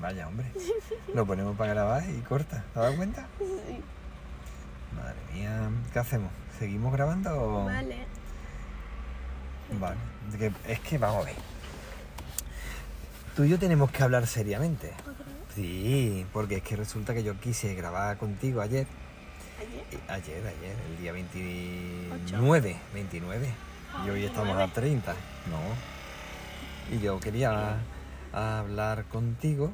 Vaya, hombre. Lo ponemos para grabar y corta. ¿Te has dado cuenta? Sí. Madre mía. ¿Qué hacemos? ¿Seguimos grabando o...? Vale. Vale. De que- Es que vamos a ver. Tú y yo tenemos que hablar seriamente. ¿Otra vez? Sí, porque es que resulta que yo quise grabar contigo ayer. ¿Ayer? Eh, Ayer, ayer, el día 29. 29. Y hoy estamos a 30. No. Y yo quería hablar contigo,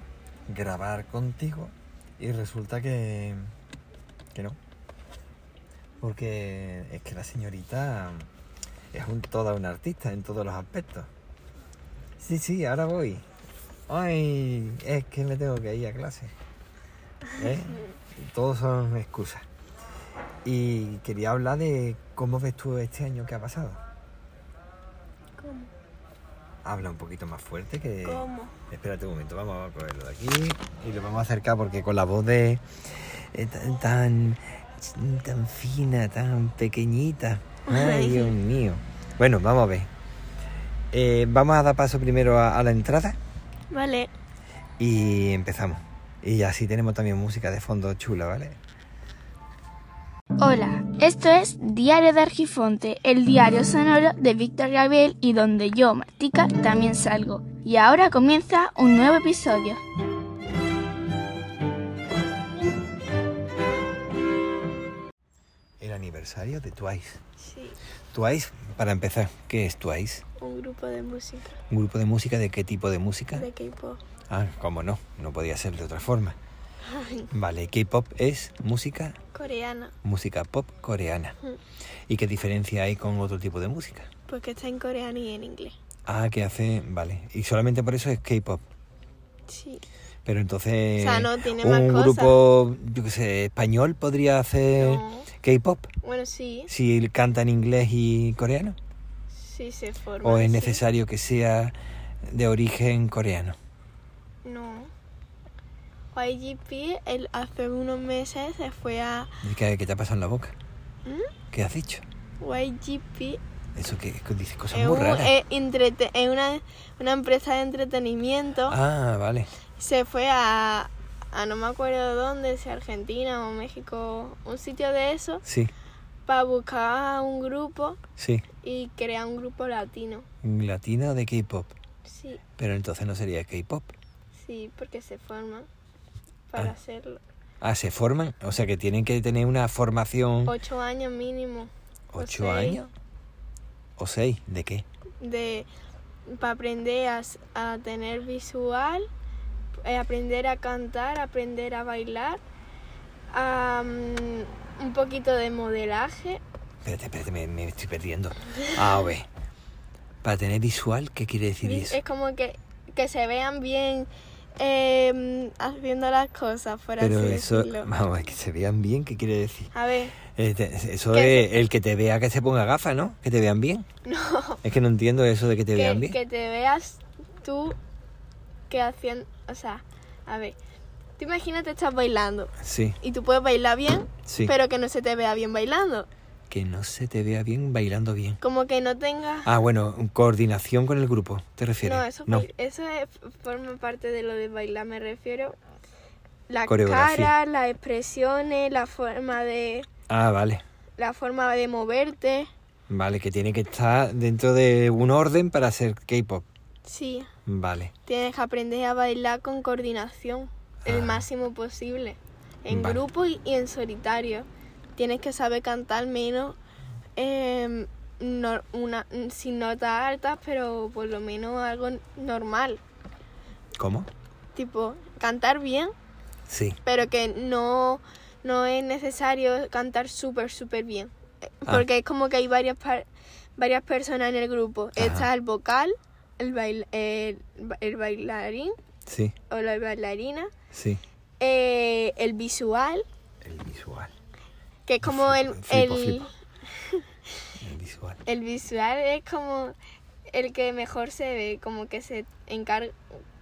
grabar contigo, y resulta que. que no. Porque es que la señorita es un, toda una artista en todos los aspectos. Sí, sí, ahora voy. Ay, es que me tengo que ir a clase. ¿Eh? Todos son excusas. Y quería hablar de cómo ves tú este año que ha pasado. ¿Cómo? Habla un poquito más fuerte que... ¿Cómo? Espérate un momento, vamos a cogerlo de aquí y lo vamos a acercar porque con la voz de... eh, tan, tan, tan fina, tan pequeñita. Ay, Ay. Dios mío. Bueno, vamos a ver. Eh, vamos a dar paso primero a- a la entrada. Vale. Y empezamos. Y así tenemos también música de fondo chula, ¿vale? Hola, esto es Diario de Argifonte, el diario sonoro de Víctor Gabriel y donde yo, Martica, también salgo. Y ahora comienza un nuevo episodio. El aniversario de Twice. Sí. Twice, para empezar, ¿qué es Twice? Un grupo de música. ¿Un grupo de música? ¿De qué tipo de música? De K-pop. Ah, cómo no, no podía ser de otra forma. Vale, K-pop es música, Coreana. música pop coreana. ¿Y qué diferencia hay con otro tipo de música? Porque Pues está en coreano y en inglés. Ah, que hace, vale. Y solamente por eso es K-pop. Sí. Pero entonces. O sea, no tiene un más cosas. grupo, yo qué sé, español podría hacer No. K-pop. Bueno, sí. si canta en inglés y coreano? Sí se forma. ¿O es sí. necesario que sea de origen coreano? No. YGP él hace unos meses se fue a ¿Y ¿Qué, qué te ha pasado en la boca? ¿Mm? ¿Qué has dicho? YGP. Eso que que dices cosas Es, Pues muy Eh, un- raras. es entrete- es una, una empresa de entretenimiento. Ah, vale. Se fue a, a no me acuerdo dónde, si Argentina o México, un sitio de eso, Sí, para buscar un grupo sí. y crear un grupo latino. Latina de K-pop. Sí, Pero entonces no sería K-pop. sí, porque se forman Ah. para hacerlo. Ah, se forman. O sea que tienen que tener una formación. Ocho años mínimo. o ¿Ocho seis, años? ¿O seis? ¿De qué? De, para aprender a, s- a tener visual, eh, aprender a cantar, aprender a bailar, a, mm, un poquito de modelaje. Espérate, espérate, me, me estoy perdiendo. A ver. Para tener visual, ¿qué quiere decir Vi- eso? Es como que, que se vean bien eh, haciendo las cosas, por Pero así eso, decirlo. vamos, que se vean bien, ¿qué quiere decir? A ver, Eh, te- Eso Que- es el que te vea que se ponga gafas, ¿no? Que te vean bien. no, Es que no entiendo eso de que te vean que, bien. que te veas tú que haciendo, o sea, a ver, tú imagínate estás bailando Sí, y tú puedes bailar bien, sí. pero que no se te vea bien bailando, Que no se te vea bien bailando bien. como que no tengas... Ah, bueno, coordinación con el grupo, ¿te refieres? no, eso, eso es- forma parte de lo de bailar, me refiero. La Coreografía. cara, las expresiones, la forma de Ah, vale. la forma de moverte. Vale, que tiene que estar dentro de un orden para hacer K-pop. Sí. Vale. Tienes que aprender a bailar con coordinación el Ah. máximo posible. En Vale. grupo y, y en solitario. Tienes que saber cantar menos eh, no- una, sin notas altas, pero por lo menos algo normal. ¿Cómo? Tipo, cantar bien, Sí. pero que no, no es necesario cantar súper, súper bien. Eh, Ah. Porque es como que hay varias, par- varias personas en el grupo. Ajá. Está el vocal, el, bail- el, ba- el bailarín Sí, o la bailarina, sí. eh, el visual, El visual. que es como el, Flipo, el- flipo. El visual. el visual es como el que mejor se ve, como que se encarga,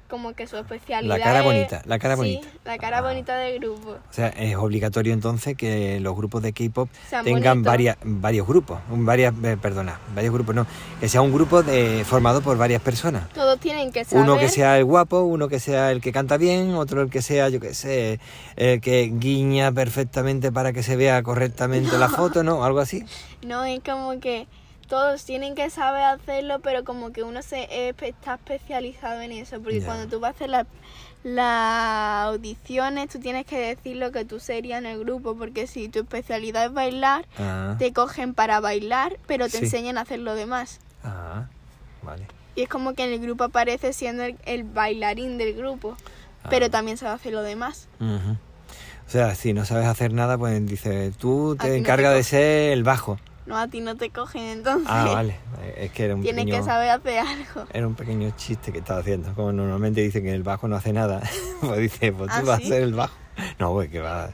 como que su especialidad La cara es- bonita, la cara sí, bonita. la cara Ah. bonita del grupo. O sea, es obligatorio entonces que los grupos de K-pop Sean tengan bonitos. varias, varios grupos, un- varias, eh, perdona, varios grupos, no, que sea un grupo de, formado por varias personas. Todos tienen que saber. Uno que sea el guapo, uno que sea el que canta bien, otro el que sea, yo qué sé, el que guiña perfectamente para que se vea correctamente la foto, ¿no? Algo así. No, es como que todos tienen que saber hacerlo, pero como que uno se eh, espe- está especializado en eso. Porque Ya. cuando tú vas a hacer la- las audiciones, tú tienes que decir lo que tú serías en el grupo. Porque si tu especialidad es bailar, Ah, te cogen para bailar, pero te Sí. enseñan a hacer lo demás. ah, vale. Y es como que en el grupo aparece siendo el, el bailarín del grupo, Ah, pero también sabe hacer lo demás. Ujú. O sea, si no sabes hacer nada, pues dice, tú A ti no te te encargas de coge. ser el bajo. No, a ti no te cogen entonces. Ah, vale. Es que era un Tienes pequeño- que saber hacer algo. Era un pequeño chiste que estaba haciendo. Como normalmente dicen que el bajo no hace nada, pues dice, pues tú ¿Ah, vas sí? a hacer el bajo. No, pues que va,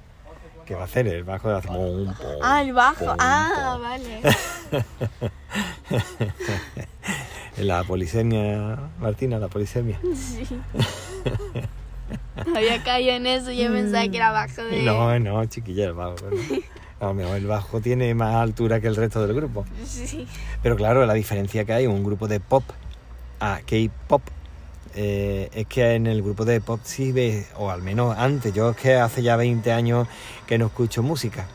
que va a hacer el bajo. Hace pum, pum, Ah, el bajo. pum, ah, pum. vale. La polisemia, Martina, la polisemia. Sí. Había caído en eso, yo pensaba que era bajo de... No, no, chiquilla, el bajo. ¿no? A lo mejor el bajo tiene más altura que el resto del grupo. Sí. Pero claro, la diferencia que hay un grupo de pop a K-pop eh, es que en el grupo de pop sí ves, o al menos antes, yo es que hace ya 20 años que no escucho música.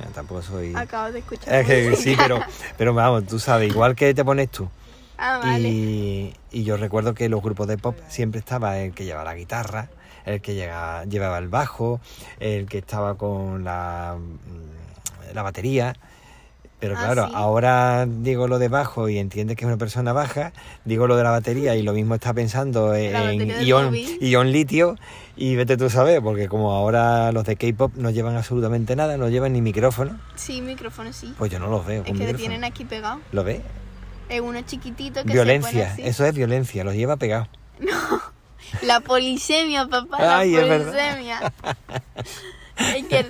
No, tampoco soy... Acabo de escuchar. Es que Ah, música. sí, pero, pero vamos, tú sabes, igual que te pones tú. Ah, vale. Y, y yo recuerdo que los grupos de pop siempre estaba el que llevaba la guitarra, el que llega- llevaba el bajo, el que estaba con la, mm, la batería. Pero Ah, claro, sí. ahora digo lo de bajo y entiendes que es una persona baja, digo lo de la batería y lo mismo está pensando La en batería del ion, móvil. ion litio y vete tú a saber, porque como ahora los de K-pop no llevan absolutamente nada, no llevan ni micrófono, Sí, micrófono sí. pues yo no los veo. Es con que lo micrófono. tienen aquí pegado. ¿Lo ves? Es uno chiquitito que Violencia, se pone así. eso es violencia, los lleva pegados. La polisemia, papá, Ay, la es verdad. polisemia. Es que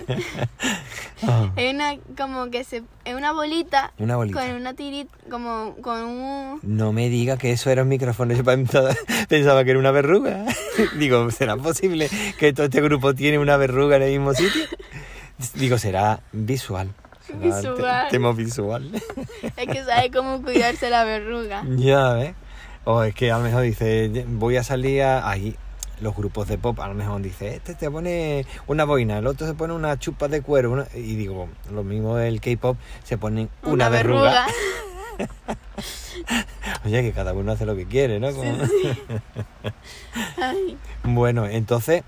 es una como que se es una bolita, Una bolita. con una tirita como con un No me diga que eso era un micrófono. Yo pensaba, pensaba que era una verruga. Digo, ¿será posible que todo este grupo tiene una verruga en el mismo sitio? Digo, será visual. Será te- Visual. tema visual. es que sabe cómo cuidarse la verruga. ya, ¿ves? O es que a lo mejor dice, voy a salir a... Ahí, los grupos de pop, a lo mejor dice, este te pone una boina, el otro se pone una chupa de cuero. una- Y digo, lo mismo el K-pop, se ponen una, verruga. Oye, que cada uno hace lo que quiere, ¿no? Como- Ay, Bueno, entonces,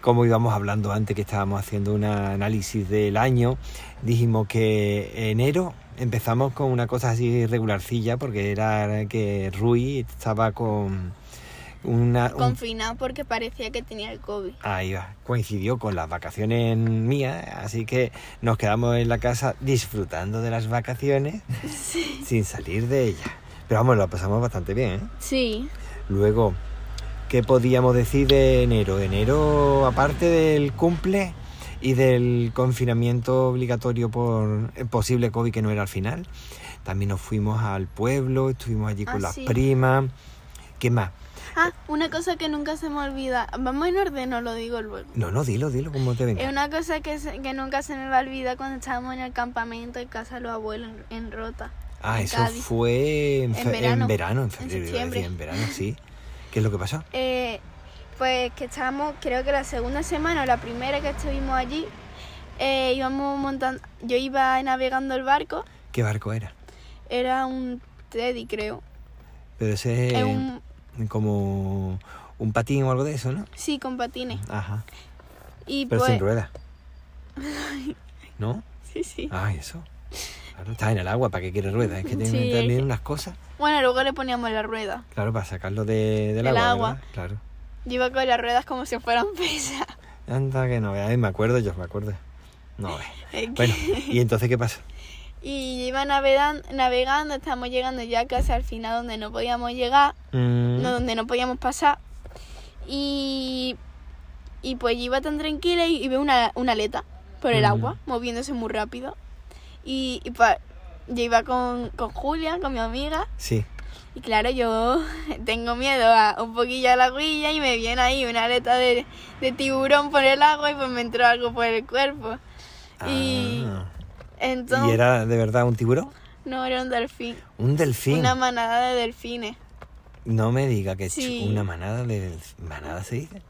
como íbamos hablando antes que estábamos haciendo un análisis del año, dijimos que enero empezamos con una cosa así regularcilla, porque era que Rui estaba con una... un- confinado porque parecía que tenía el COVID. Ahí va, coincidió con las vacaciones mías, así que nos quedamos en la casa disfrutando de las vacaciones sin salir de ella. Pero vamos, lo pasamos bastante bien, ¿eh? Sí. Luego, ¿qué podíamos decir de enero? Enero, aparte del cumple y del confinamiento obligatorio por el posible COVID que no era al final, también nos fuimos al pueblo, estuvimos allí con Ah, las sí. primas. ¿Qué más? Ah, una cosa que nunca se me olvida. Vamos en orden, o lo digo luego. No, no, dilo, dilo, como te venga. Es una cosa que, se- que nunca se me va a olvidar cuando estábamos en el campamento en casa de los abuelos en, en Rota. Ah, en eso Cádiz. fue en, En fe- verano. en febrero, iba a En septiembre. decir, en verano, sí. ¿Qué es lo que pasó? Eh, pues que estábamos, creo que la segunda semana o la primera que estuvimos allí, eh, íbamos montando, yo iba navegando el barco, ¿Qué barco era? era un Teddy creo. Pero ese Es es un- como un patín o algo de eso, ¿no? sí, con patines. Ajá. Y Pero pues, sin rueda. ¿No? sí, sí. Ay, eso. Claro, está en el agua, ¿para qué quiere rueda? Es que tiene Sí, es también que- unas cosas. Bueno, luego le poníamos la rueda. Claro, para sacarlo de, del Del agua. agua. ¿verdad? Claro. Yo iba con las ruedas como si fueran pesas. Anda que no veas. Ay, Me acuerdo, yo me acuerdo. No ves. Es que- Bueno, ¿y entonces qué pasa? Y yo iba navegan- navegando, estábamos llegando ya casi al final donde no podíamos llegar, Mm, no, donde no podíamos pasar. Y, y pues yo iba tan tranquila y, y veo una, una aleta por el Mm. agua, moviéndose muy rápido. Y, y pa- yo iba con, con Julia, con mi amiga, Sí. Y claro, yo tengo miedo a un poquillo a la guilla y me viene ahí una aleta de, de tiburón por el agua y pues me entró algo por el cuerpo. Y Ah. entonces... ¿Y era de verdad un tiburón? No, era un delfín. Un delfín. Una manada de delfines. No me diga que es Sí. una manada de delf- manada se dice.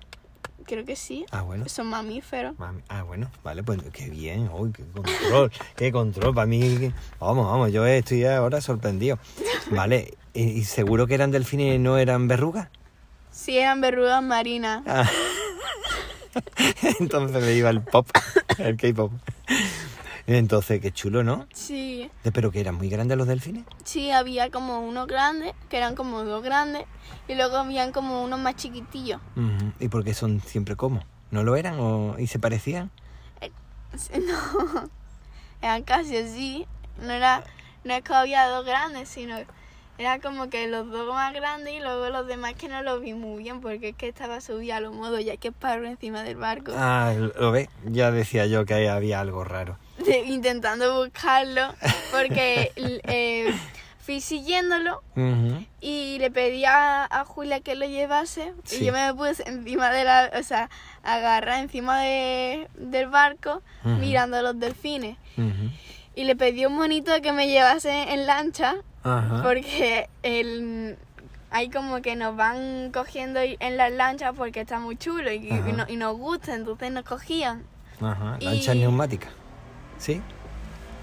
Creo que sí. Ah, bueno. Son mamíferos. Mami- Ah, bueno, vale, pues qué bien, uy, qué control, qué control, para mí, que- vamos, vamos, yo estoy ahora sorprendido. Vale, ¿y, y seguro que eran delfines y no eran verrugas? Sí, eran verrugas marinas. Ah. Entonces me iba el pop, el K-pop. Entonces, qué chulo, ¿no? Sí. Pero que eran muy grandes los delfines. Sí, había como unos grandes, que eran como dos grandes, y luego habían como unos más chiquitillos. Ujú, ¿Y por qué son siempre como? ¿No lo eran o, y se parecían? No, eran casi así. No era, no es que había dos grandes, sino era como que los dos más grandes y luego los demás que no los vi muy bien porque es que estaba subida a lo modo, ya que es paro encima del barco. Ah, lo ve, ya decía yo que ahí había algo raro. de- intentando buscarlo porque l- eh, fui siguiéndolo Ujú. y le pedí a, a Julia que lo llevase Sí. y yo me puse encima de la, o sea, agarra encima de, del barco Ujú. mirando a los delfines Ujú. y le pedí a un monito que me llevase en lancha Ajá. porque el hay como que nos van cogiendo y- en las lanchas porque está muy chulo y, y Ajá. no- y nos gusta, entonces nos cogían Ajá, lancha Y- neumática. ¿Sí?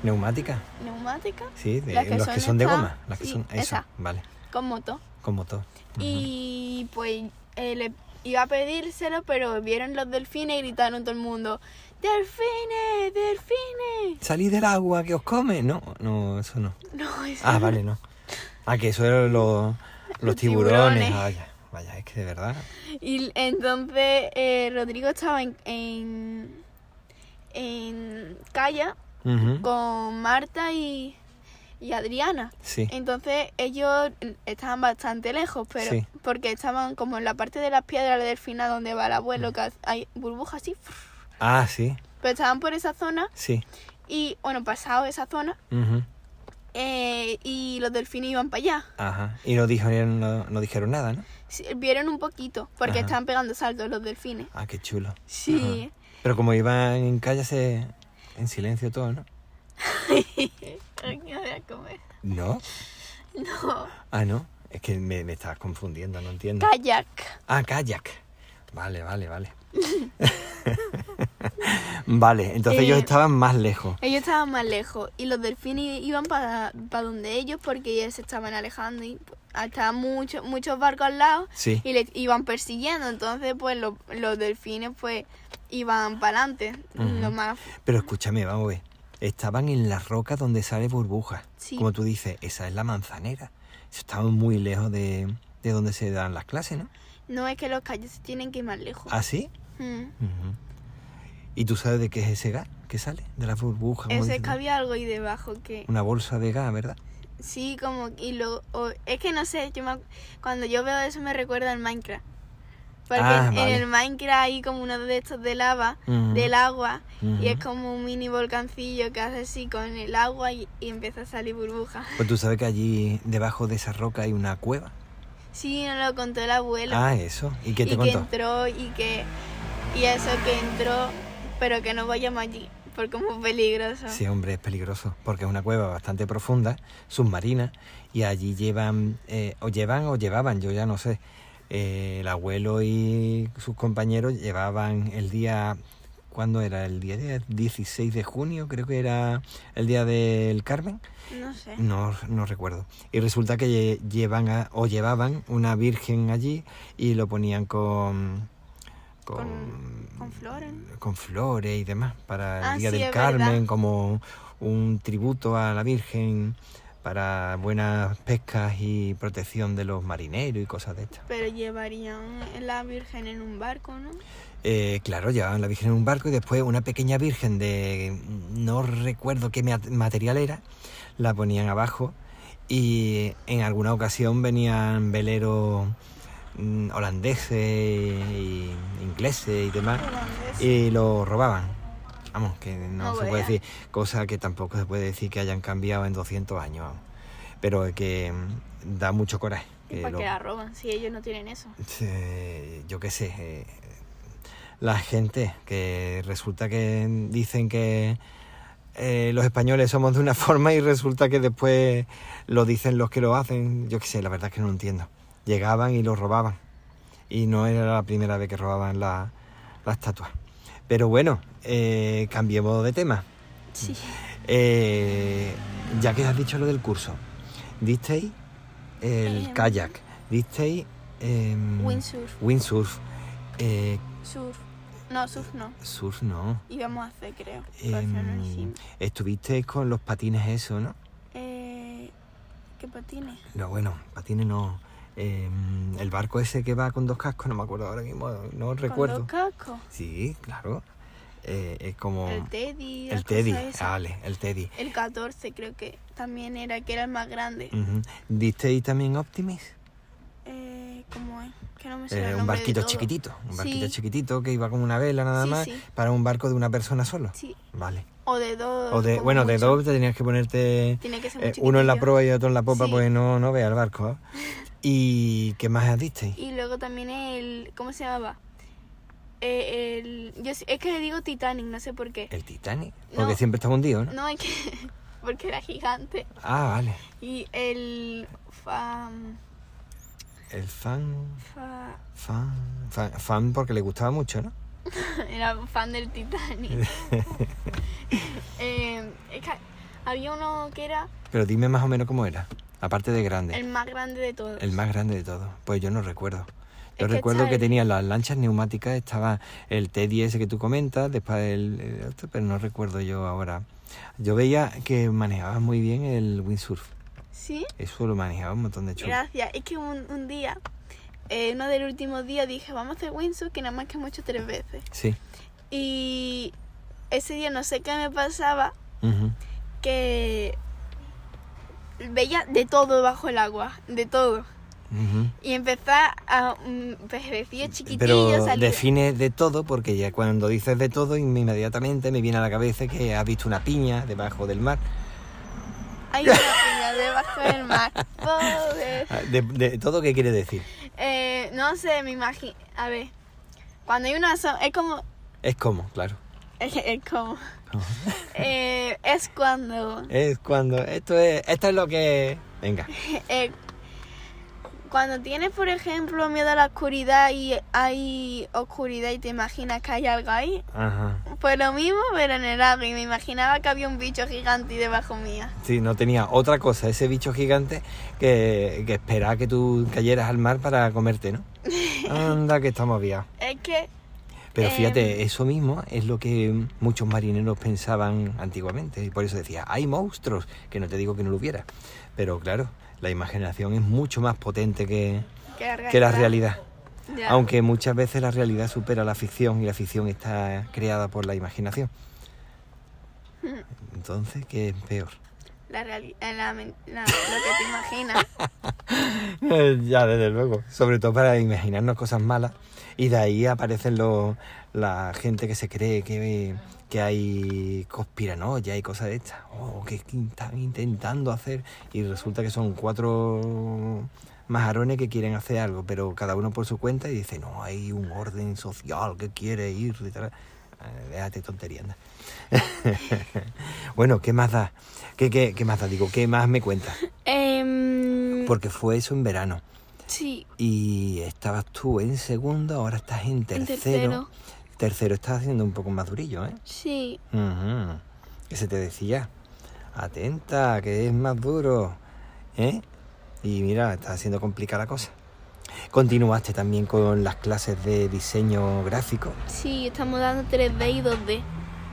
Neumática, neumáticas sí, de, Las que los que son son de esta- goma, las que sí, son eso, esa. vale, con moto. como todo. Y pues eh, le iba a pedírselo, pero vieron los delfines y gritaron todo el mundo, ¡Delfines! ¡Delfines! Salid del agua que os come. No, no, eso no. No, eso Ah, vale, no. Ah, que eso eran los, los Los tiburones. tiburones. Vaya, vaya, es que de verdad. Y entonces eh, Rodrigo estaba en, en, en Calla Ujú, con Marta y, y Adriana. Sí. Entonces ellos estaban bastante lejos, pero Sí. porque estaban como en la parte de las piedras del final donde va el abuelo, que hay burbujas así. Ah, sí, Pero estaban por esa zona sí. y, bueno, pasado esa zona, ujú, Eh, y los delfines iban para allá. Ajá. Y no dijeron, no, no dijeron nada, ¿no? Sí, Vieron un poquito, porque Ajá. estaban pegando saltos los delfines. Ah, qué chulo. Sí, Pero como iban en calle se- en silencio todo, ¿no? Ay, me voy a comer. No. No, Ah, no. Es que me, me estás confundiendo, no entiendo. kayak. Ah, kayak. Vale, vale, vale. vale, entonces ellos Eh, estaban más lejos. Ellos estaban más lejos y los delfines iban para, para donde ellos porque ellos se estaban alejando y pues, estaban muchos muchos barcos al lado Sí. y les iban persiguiendo. Entonces, pues los, los delfines pues iban para adelante. Lo más Pero escúchame, vamos a ver. Estaban en la roca donde sale burbuja. Sí. Como tú dices, esa es la manzanera. Estaban muy lejos de, de donde se dan las clases, ¿no? no es que los calles se tienen que ir más lejos. ¿Ah, sí? Mm. Ujú. ¿Y tú sabes de qué es ese gas que sale? De las burbujas. como Ese dices es que tú. había algo ahí debajo que Una bolsa de gas, ¿verdad? Sí, como, y lo, o- es que no sé, yo me ac- cuando yo veo eso me recuerda al Minecraft. Porque Ah, en, en vale. el Minecraft hay como uno de estos de lava, Ujú. del agua, Ujú. y es como un mini volcancillo que hace así con el agua y, y empieza a salir burbuja. Pues tú sabes que allí debajo de esa roca hay una cueva. Sí, nos lo contó el abuelo. Ah, eso. ¿Y qué te y que contó? entró y que, y eso que entró, pero que no vayamos allí, porque es muy peligroso. Sí, hombre, es peligroso, porque es una cueva bastante profunda, submarina, y allí llevan, eh, o llevan o llevaban, yo ya no sé, eh, el abuelo y sus compañeros llevaban el día, ¿cuándo era? El día de- 16 de junio, creo que era el día del Carmen, No sé. no, no recuerdo. Y resulta que lle- llevan a- o llevaban una virgen allí y lo ponían con... Con- con flores, ¿no? Con flores y demás, para el Ah, Día sí, del es verdad. Carmen, como un tributo a la Virgen para buenas pescas y protección de los marineros y cosas de estas. Pero llevarían la Virgen en un barco, ¿no? Eh, claro, llevaban la Virgen en un barco y después una pequeña Virgen de no recuerdo qué ma- material era, la ponían abajo y en alguna ocasión venían veleros mm, holandeses y ingleses y demás Holandeses. y lo robaban. Vamos, que no No se puede vea. decir, cosa que tampoco se puede decir que hayan cambiado en 200 años. vamos. pero que mm, da mucho coraje. ¿Y que para lo- que la roban si ellos no tienen eso? Mm. eh, yo qué sé, eh, la gente que resulta que dicen que eh, los españoles somos de una forma y resulta que después lo dicen los que lo hacen. Yo qué sé, la verdad es que no entiendo. Llegaban y lo robaban. Y no era la primera vez que robaban la, la estatua. Pero bueno, eh, cambiemos de tema. Sí. Eh, ya que has dicho lo del curso, disteis el Em. kayak, disteis em, Windsurf, windsurf, eh, surf. No, surf no. surf no, Íbamos a hacer, creo. Pero al em, final no lo hicimos. estuvisteis con los patines eso, ¿no? Eh, ¿Qué patines? No, bueno, patines no, em, el barco ese que va con dos cascos, no me acuerdo ahora mismo, no recuerdo. Con dos cascos. Sí, claro, eh, es como El Teddy. el las Teddy, cosas esas. vale, el Teddy. El 14 creo que también era, que era el más grande. Ujú. ¿Disteis también Optimis? Eh, ¿Cómo es? Que no me Eh, suena el un nombre de barquito todo. chiquitito, un barquito Sí. chiquitito que iba con una vela nada Sí, más sí. para un barco de una persona solo. Sí. Vale. O de dos. O de, como bueno, de mucho. dos te tenías que ponerte Tiene que ser eh, muy uno en la chiquitillo. proa y otro en la popa, Sí. pues no, no vea el barco. ¿eh? ¿Y qué más disteis? Y luego también el. ¿Cómo se llamaba? Eh, el, yo, sé- es que le digo Titanic, no sé por qué. El Titanic, No. porque siempre está hundido, ¿no? No, es que. Porque era gigante. Ah, vale. Y el. Fan. El fan, fa- fan, fan, fan porque le gustaba mucho, ¿no? era fan del Titanic. Eh, es que había uno que era Pero dime más o menos cómo era, aparte de grande. el más grande de todos. El más grande de todos. Pues yo no recuerdo. Yo Es que recuerdo está que el- tenía las lanchas neumáticas, estaba el T10 ese que tú comentas, después el, el otro, pero no recuerdo yo ahora. Yo veía que manejabas muy bien el windsurf. ¿Sí? Eso lo manejaba un montón de chulo. Gracias. Es que un, un día, eh, uno del último día, dije, vamos a hacer windsurf, que nada más que hemos hecho tres veces. Sí. Y ese día no sé qué me pasaba, ujú. que veía de todo bajo el agua, de todo. Ujú. Y empezaba a... mm, pues decía chiquitillo, Pero salía- define de todo, porque ya cuando dices de todo, inmediatamente me viene a la cabeza que has visto una piña debajo del mar. Hay una piña debajo del mar. Pobre. Ah, ¿De, de todo qué quiere decir? Eh, no sé, me imagino... A ver, cuando hay una... so- Es como... Es como, claro. Es, es como... Eh, es cuando... Es cuando esto es, esto es lo que... Venga. Eh, cuando tienes, por ejemplo, miedo a la oscuridad y hay oscuridad y te imaginas que hay algo ahí, Ajá. pues lo mismo, pero en el agua. Y me imaginaba que había un bicho gigante debajo mía. Sí, no tenía otra cosa, ese bicho gigante que, que esperaba que tú cayeras al mar para comerte, ¿no? Anda, que estamos aviados. Es que, Pero Em. fíjate, eso mismo es lo que muchos marineros pensaban antiguamente. Y por eso decía, hay monstruos, que no te digo que no lo hubiera. Pero claro, la imaginación es mucho más potente que, que la realidad. que la realidad. Ya. Aunque muchas veces la realidad supera la ficción y la ficción está creada por la imaginación. Entonces, ¿qué es peor? La reali- eh, la men- la- lo que te imaginas. ya, desde luego. Sobre todo para imaginarnos cosas malas. Y de ahí aparecen los, la gente que se cree que, que hay conspiranoia y cosas de estas. Oh, que están intentando hacer. Y resulta que son cuatro majarones que quieren hacer algo, pero cada uno por su cuenta y dice, no, hay un orden social que quiere ir. y tal". Eh, Déjate tontería, anda. bueno, ¿qué más da? ¿Qué, qué, ¿Qué más da? Digo, ¿qué más me cuentas? Em, Porque fue eso en verano. sí, Y estabas tú en segundo, ahora estás en En tercero. tercero. Tercero estás haciendo un poco más durillo, ¿eh? sí. Ujú. Que se te decía, atenta, que es más duro, ¿eh? Y mira, está haciendo complicada la cosa. Continuaste también con las clases de diseño gráfico. Sí, estamos dando 3D y 2D.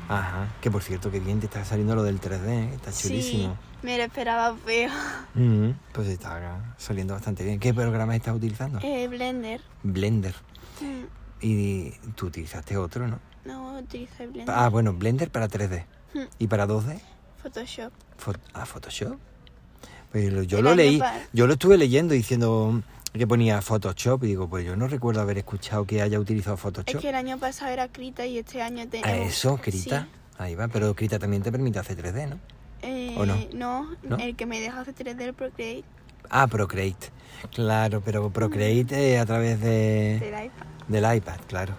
Ajá. Que por cierto, que bien te está saliendo lo del 3D, ¿eh? está Sí, chulísimo. me lo esperaba feo. Ujú. Pues está saliendo bastante bien. ¿Qué programa estás utilizando? Eh, Blender. Blender. Mm, Y tú utilizaste otro, ¿no? No utilicé Blender. Ah, bueno, Blender para 3D. Hmm. ¿Y para 2D? Photoshop. Fo- ah, Photoshop. Pues lo- yo El lo año leí, pa- yo lo estuve leyendo diciendo que ponía Photoshop y digo, pues yo no recuerdo haber escuchado que haya utilizado Photoshop. Es que el año pasado era Krita y este año A tenemos... eso, Krita. Ahí va, pero Krita también te permite hacer 3D, ¿no? Sí, Eh, ¿O no? ¿No? el que me deja hacer 3D el Procreate Ah, Procreate. Claro, pero Mm. Procreate eh, a través de, del iPad. del iPad, claro.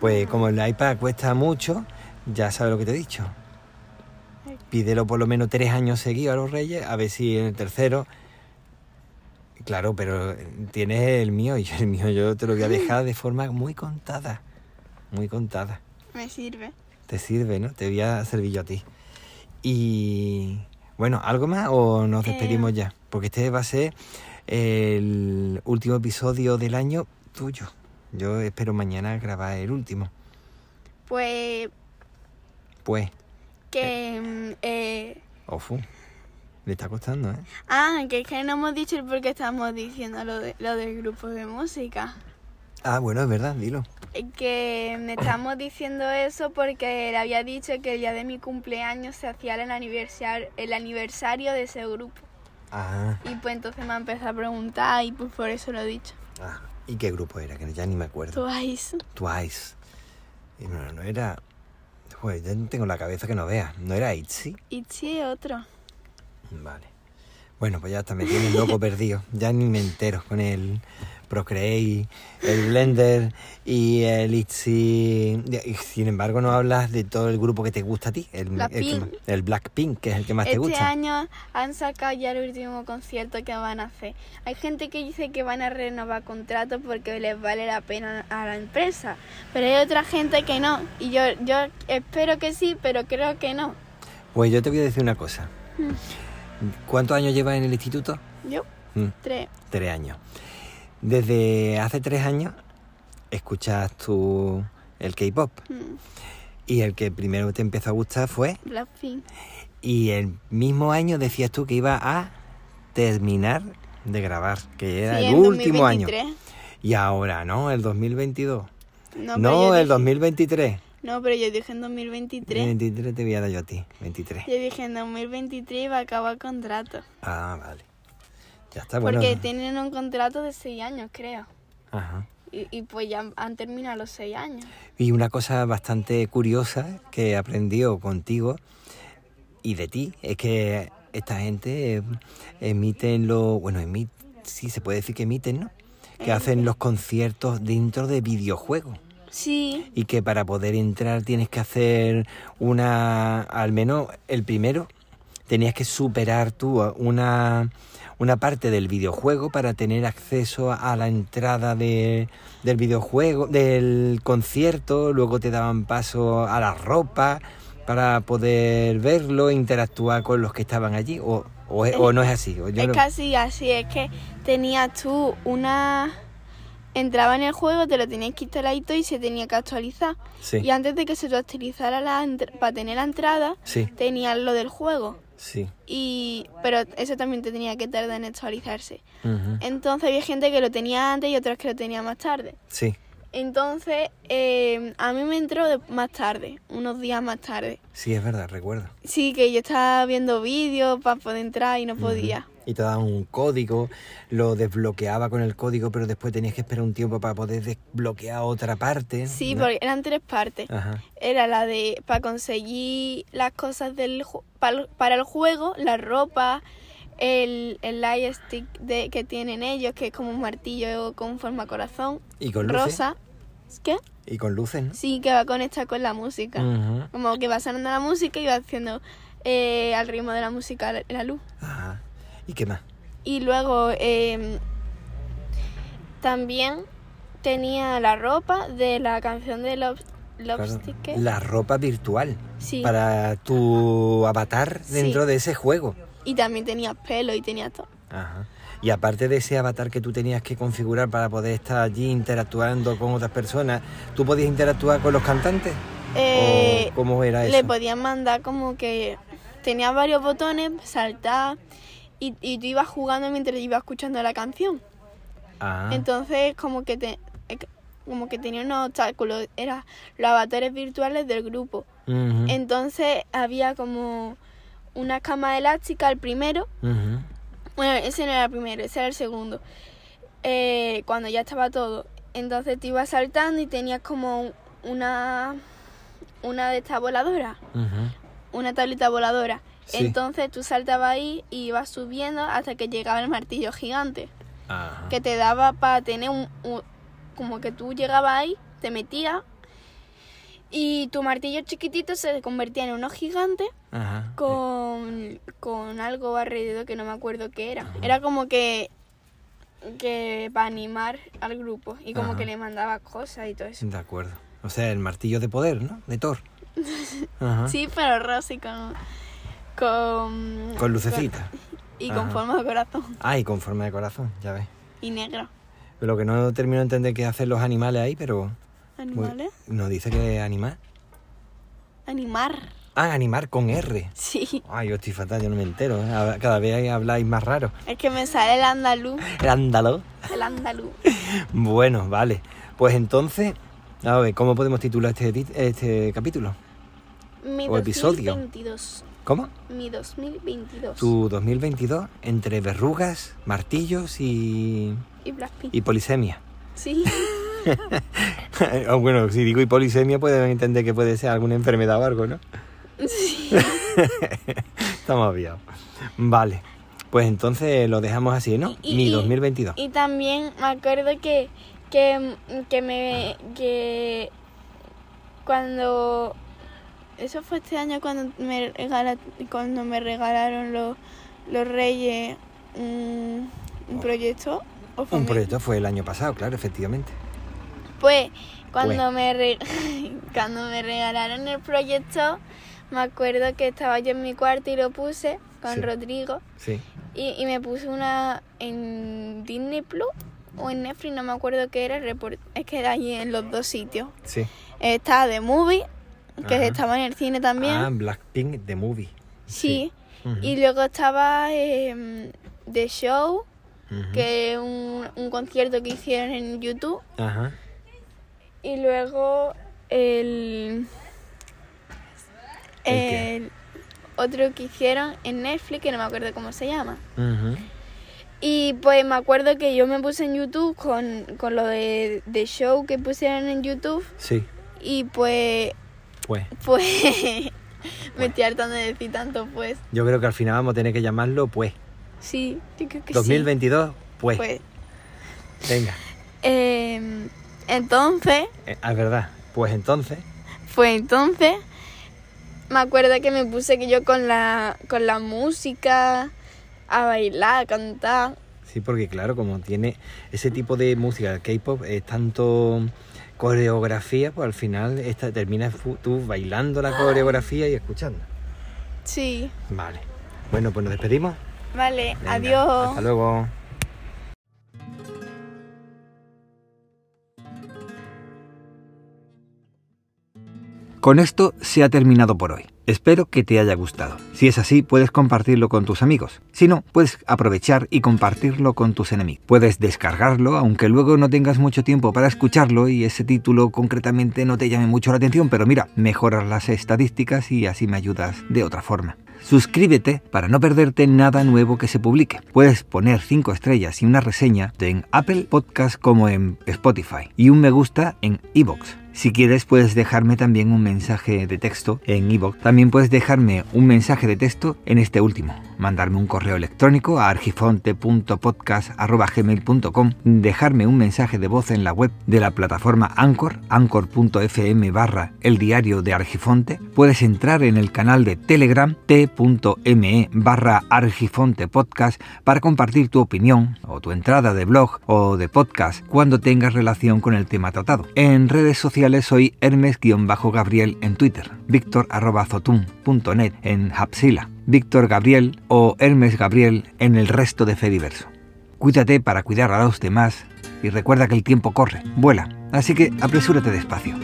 Pues como el iPad cuesta mucho, ya sabes lo que te he dicho. Pídelo por lo menos tres años seguidos a los reyes, a ver si en el tercero... Claro, pero eh, tienes el mío y yo el mío yo te lo voy a dejar de forma muy contada. Muy contada. Me sirve. Te sirve, ¿no? Te voy a servir yo a ti. Y bueno, ¿algo más o nos despedimos ya? Porque este va a ser el último episodio del año tuyo. Yo espero mañana grabar el último. Pues Pues, que... mm, eh, ofu, le está costando, ¿eh? ah, que es que no hemos dicho el por qué estamos diciendo lo, de, lo del grupo de música. Ah, bueno, es verdad, dilo. Eh, Que me estamos diciendo eso porque le había dicho que el día de mi cumpleaños se hacía el aniversario, el aniversario de ese grupo. Ah, Y pues entonces me ha empezado a preguntar y pues por eso lo he dicho. ah, ¿y qué grupo era? Que ya ni me acuerdo. Twice. Twice. Y no, no era... Joder, ya tengo la cabeza que no vea. ¿No era Itzy? Y sí, otro. Vale. Bueno, pues ya hasta me tienes loco perdido. Ya ni me entero con el Procreate, el Blender y el Itzy. Y sin embargo, no hablas de todo el grupo que te gusta a ti. El, el, que Blackpink. más- el Blackpink, que es el que más te Este gusta. año han sacado ya el último concierto que van a hacer. Hay gente que dice que van a renovar contratos porque les vale la pena a la empresa, pero hay otra gente que no. Y yo, yo espero que sí, pero creo que no. Pues yo te voy a decir una cosa. Hmm. ¿Cuántos años llevas en el instituto? Yo, Mm, tres. Tres años. Desde hace tres años escuchas tú el K-pop. Mm, Y el que primero te empezó a gustar fue Blackpink. Y el mismo año decías tú que iba a terminar de grabar, que era Sí, el en último año. 2023. Y ahora, ¿no? El 2022. No, No, pero yo el dije- 2023. No, pero yo dije en 2023. 23 te voy a dar yo a ti, 23. Yo dije en 2023 iba a acabar contrato. Ah, vale. Ya está, Ah, bueno. Porque tienen un contrato de seis años, creo. Ajá. Y, y pues ya han terminado los seis años. Y una cosa bastante curiosa que aprendió contigo y de ti es que esta gente eh, emiten lo. Bueno, emiten, sí, se puede decir que emiten, ¿no? Que hacen los conciertos dentro de videojuegos. Sí. y que para poder entrar tienes que hacer una, al menos el primero, tenías que superar tú a una, una parte del videojuego para tener acceso a la entrada de- del videojuego, del concierto, luego te daban paso a la ropa para poder verlo, e interactuar con los que estaban allí, o, o, es- o no es así. o yo es no- casi así, es que tenías tú una... Entraba en el juego, te lo tenías que instalar y todo, y se tenía que actualizar. sí, Y antes de que se te actualizara la entr- para tener la entrada, sí, tenías lo del juego. sí. Y... Pero eso también te tenía que tardar en actualizarse. ujú, Entonces había gente que lo tenía antes y otras que lo tenía más tarde. Sí, Entonces eh, a mí me entró de- más tarde, unos días más tarde. sí, es verdad, recuerdo. Sí, que yo estaba viendo vídeos para poder entrar y no Ujú. podía. Y te daban un código, lo desbloqueaba con el código, pero después tenías que esperar un tiempo para poder desbloquear otra parte. Sí, ¿no? porque eran tres partes. Ajá, Era la de para conseguir las cosas del ju- pal- para el juego, la ropa, el, el light stick de, que tienen ellos, que es como un martillo con forma corazón, Y con luces. rosa. ¿Qué? Y con luces, ¿no? Sí, que va conectada con la música. Ujú, Como que va sonando la música y va haciendo eh, al ritmo de la música la- la luz. Ajá. ¿Y qué más? Y luego eh, también tenía la ropa de la canción de Love, Claro, Lobstick. ¿qué? La ropa virtual Sí. para tu avatar dentro Sí. de ese juego. Y también tenía pelo y tenía todo. Ajá. Y aparte de ese avatar que tú tenías que configurar para poder estar allí interactuando con otras personas, ¿tú podías interactuar con los cantantes? Eh, ¿O Oh, ¿Cómo era eso? le podían mandar como que tenía varios botones, saltar y, y tú ibas jugando mientras ibas escuchando la canción. Ah. Entonces como que te, eh, como que tenía unos obstáculos, eran los avatares virtuales del grupo. Ujú, Entonces había como una cama elástica al primero. ujú. Bueno, ese no era el primero, ese era el segundo. Eh, cuando ya estaba todo. Entonces te ibas saltando y tenías como un- una una de estas voladoras, Ujú. una tableta voladora. Sí. Entonces tú saltabas ahí y ibas subiendo hasta que llegaba el martillo gigante, Ajá. que te daba para tener un, un- Como que tú llegabas ahí, te metías y tu martillo chiquitito se convertía en uno gigante Ajá. con, con algo alrededor que no me acuerdo qué era. Era como que que para animar al grupo y como Ajá. que le mandaba cosas y todo eso. De acuerdo. O sea, el martillo de poder, ¿no? De Thor. Ajá. Sí, pero Rosy con con Con lucecita. y con Ajá. forma de corazón Ah, y con forma de corazón, ya ves. y negro. Lo que no termino de entender qué hacen los animales ahí, pero... muy- Animales, ¿No dice que animar? animar. Ah, animar con R. Sí, Ay, yo estoy fatal, yo no me entero. ¿eh? Ahora Cada vez habláis más raro. es que me sale el andaluz, El ándalo. el andaluz. Bueno, vale. Pues entonces, a ver, ¿cómo podemos titular este, tit- este capítulo? Mi O episodio. 2022, ¿Cómo? mi 2022 Tu 2022 entre verrugas, martillos y, y Blackpink. y polisemia. Sí, Ah, bueno, si digo y polisemia pueden entender que puede ser alguna enfermedad o algo, ¿no? Estamos aviados. Vale. Pues entonces lo dejamos así, ¿no? Y- y- Mi y- 2022. y también me acuerdo que que, que me que cuando eso fue este año cuando me regala, cuando me regalaron los los reyes un, un proyecto o Oh. fue Un mi- proyecto fue el año pasado, claro, efectivamente. Pues cuando me re- cuando me regalaron el proyecto, me acuerdo que estaba yo en mi cuarto y lo puse con Sí. Rodrigo Sí. y, y me puse una en Disney Plus o en Netflix, no me acuerdo qué era, report- es que era allí en los dos sitios. Sí. Estaba The Movie, que Ajá. estaba en el cine también. Ah, Blackpink The Movie. sí. Ujú, Y luego estaba em, The Show, ujú. que es un, un concierto que hicieron en YouTube. Ajá. Y luego el. ¿El qué? el otro que hicieron en Netflix, que no me acuerdo cómo se llama. ujú. Y pues me acuerdo que yo me puse en YouTube con, con lo de, de show que pusieron en YouTube. Sí. Y pues. Pues. Pues. me estoy hartando de decir tanto, pues. Yo creo que al final vamos a tener que llamarlo pues. Sí, yo creo que sí. 2022, pues. Pues. Venga. em, entonces. Eh, Es verdad. Pues entonces. Pues entonces me acuerdo que me puse que yo con la, con la música a bailar, a cantar. Sí, porque claro, como tiene ese tipo de música, el K-pop es tanto coreografía, pues al final esta, terminas fu- tú bailando la coreografía y escuchando. Sí. Vale. Bueno, pues nos despedimos. Vale, Venga, adiós. Hasta luego. Con esto se ha terminado por hoy. Espero que te haya gustado. Si es así, puedes compartirlo con tus amigos. Si no, puedes aprovechar y compartirlo con tus enemigos. Puedes descargarlo, aunque luego no tengas mucho tiempo para escucharlo y ese título concretamente no te llame mucho la atención, pero mira, mejoras las estadísticas y así me ayudas de otra forma. Suscríbete para no perderte nada nuevo que se publique. Puedes poner 5 estrellas y una reseña en Apple Podcast como en Spotify y un me gusta en iVoox. Si quieres puedes dejarme también un mensaje de texto en iVoox. También puedes dejarme un mensaje de texto en este último. Mandarme un correo electrónico a argifonte.podcast.gmail.com Dejarme un mensaje de voz en la web de la plataforma Anchor, anchor.fm barra el diario de Argifonte. Puedes entrar en el canal de Telegram t.me barra Argifonte Podcast para compartir tu opinión o tu entrada de blog o de podcast cuando tengas relación con el tema tratado. En redes sociales soy Hermes-Gabriel en Twitter, Víctor.zotun.net en Hapsila, Víctor Gabriel o Hermes Gabriel en el resto de Fediverso. Cuídate para cuidar a los demás y recuerda que el tiempo corre, vuela, así que apresúrate despacio.